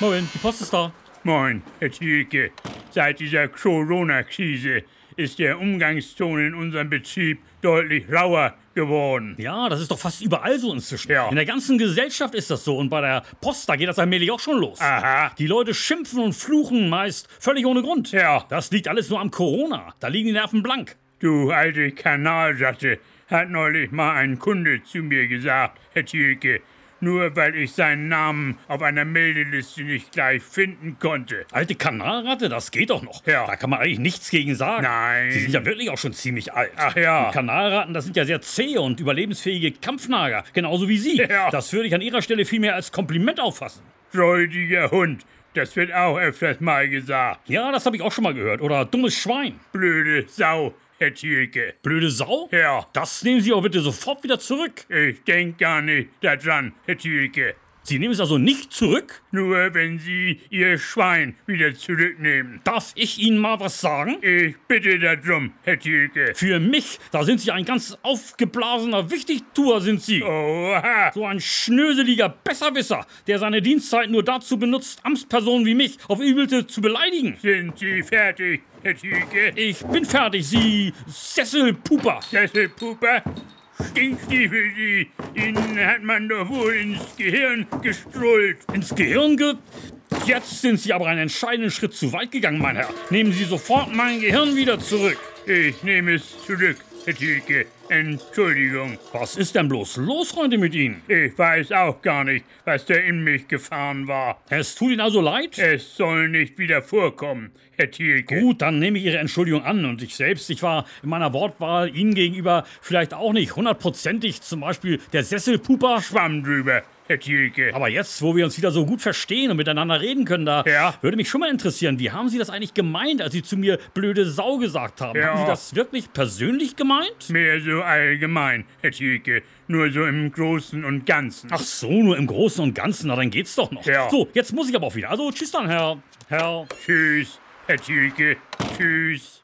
Moin, die Post ist da. Moin, Herr Thielke. Seit dieser Corona-Krise ist der Umgangston in unserem Betrieb deutlich rauer geworden. Ja, das ist doch fast überall so inzwischen. Ja. In der ganzen Gesellschaft ist das so und bei der Post, da geht das allmählich auch schon los. Aha. Die Leute schimpfen und fluchen meist völlig ohne Grund. Ja. Das liegt alles nur am Corona. Da liegen die Nerven blank. Du alte Kanalsatte, hat neulich mal ein Kunde zu mir gesagt, Herr Thielke, nur weil ich seinen Namen auf einer Meldeliste nicht gleich finden konnte. Alte Kanalratte, das geht doch noch. Ja. Da kann man eigentlich nichts gegen sagen. Nein. Sie sind ja wirklich auch schon ziemlich alt. Ach ja. Die Kanalratten, das sind ja sehr zähe und überlebensfähige Kampfnager, genauso wie Sie. Ja. Das würde ich an Ihrer Stelle vielmehr als Kompliment auffassen. Räudiger Hund, das wird auch öfters mal gesagt. Ja, das habe ich auch schon mal gehört. Oder dummes Schwein. Blöde Sau, Herr Thielke. Blöde Sau? Ja, Das nehmen Sie auch bitte sofort wieder zurück. ich denk gar nicht daran, Herr Thielke. Sie nehmen es also nicht zurück? Nur wenn Sie Ihr Schwein wieder zurücknehmen. Darf ich Ihnen mal was sagen? Ich bitte darum, Herr Thielke. Für mich, da sind Sie ein ganz aufgeblasener Wichtigtuer, sind Sie. Oha, So ein schnöseliger Besserwisser, der seine Dienstzeit nur dazu benutzt, Amtspersonen wie mich auf Übelte zu beleidigen. sind Sie fertig, Herr Thielke? Ich bin fertig, Sie Sesselpuper. Sesselpuper, Stinkstiefel Sie. Ihnen hat man doch wohl ins Gehirn gestrullt. Ins Gehirn ge... Jetzt sind Sie aber einen entscheidenden Schritt zu weit gegangen, mein Herr. Nehmen Sie sofort mein Gehirn wieder zurück. Ich nehme es zurück, Herr Thielke. Entschuldigung. Was ist denn bloß los heute mit Ihnen? Ich weiß auch gar nicht, was da in mich gefahren war. Es tut Ihnen also leid? Es soll nicht wieder vorkommen, Herr Thielke. Gut, dann nehme ich Ihre Entschuldigung an und ich selbst, ich war in meiner Wortwahl Ihnen gegenüber vielleicht auch nicht hundertprozentig, zum Beispiel der Sesselpuper. Schwamm drüber, Herr Thielke. Aber jetzt, wo wir uns wieder so gut verstehen und miteinander reden können, da Ja. würde mich schon mal interessieren, wie haben Sie das eigentlich gemeint, als Sie zu mir blöde Sau gesagt haben? Ja. Haben Sie das wirklich persönlich gemeint? Mehr so allgemein, Herr Thielke. Nur so im Großen und Ganzen. Ach so, nur im Großen und Ganzen, na dann geht's doch noch. Ja. So, jetzt muss ich aber auch wieder. Also tschüss dann, Herr, Herr. Tschüss, Herr Thielke. Tschüss.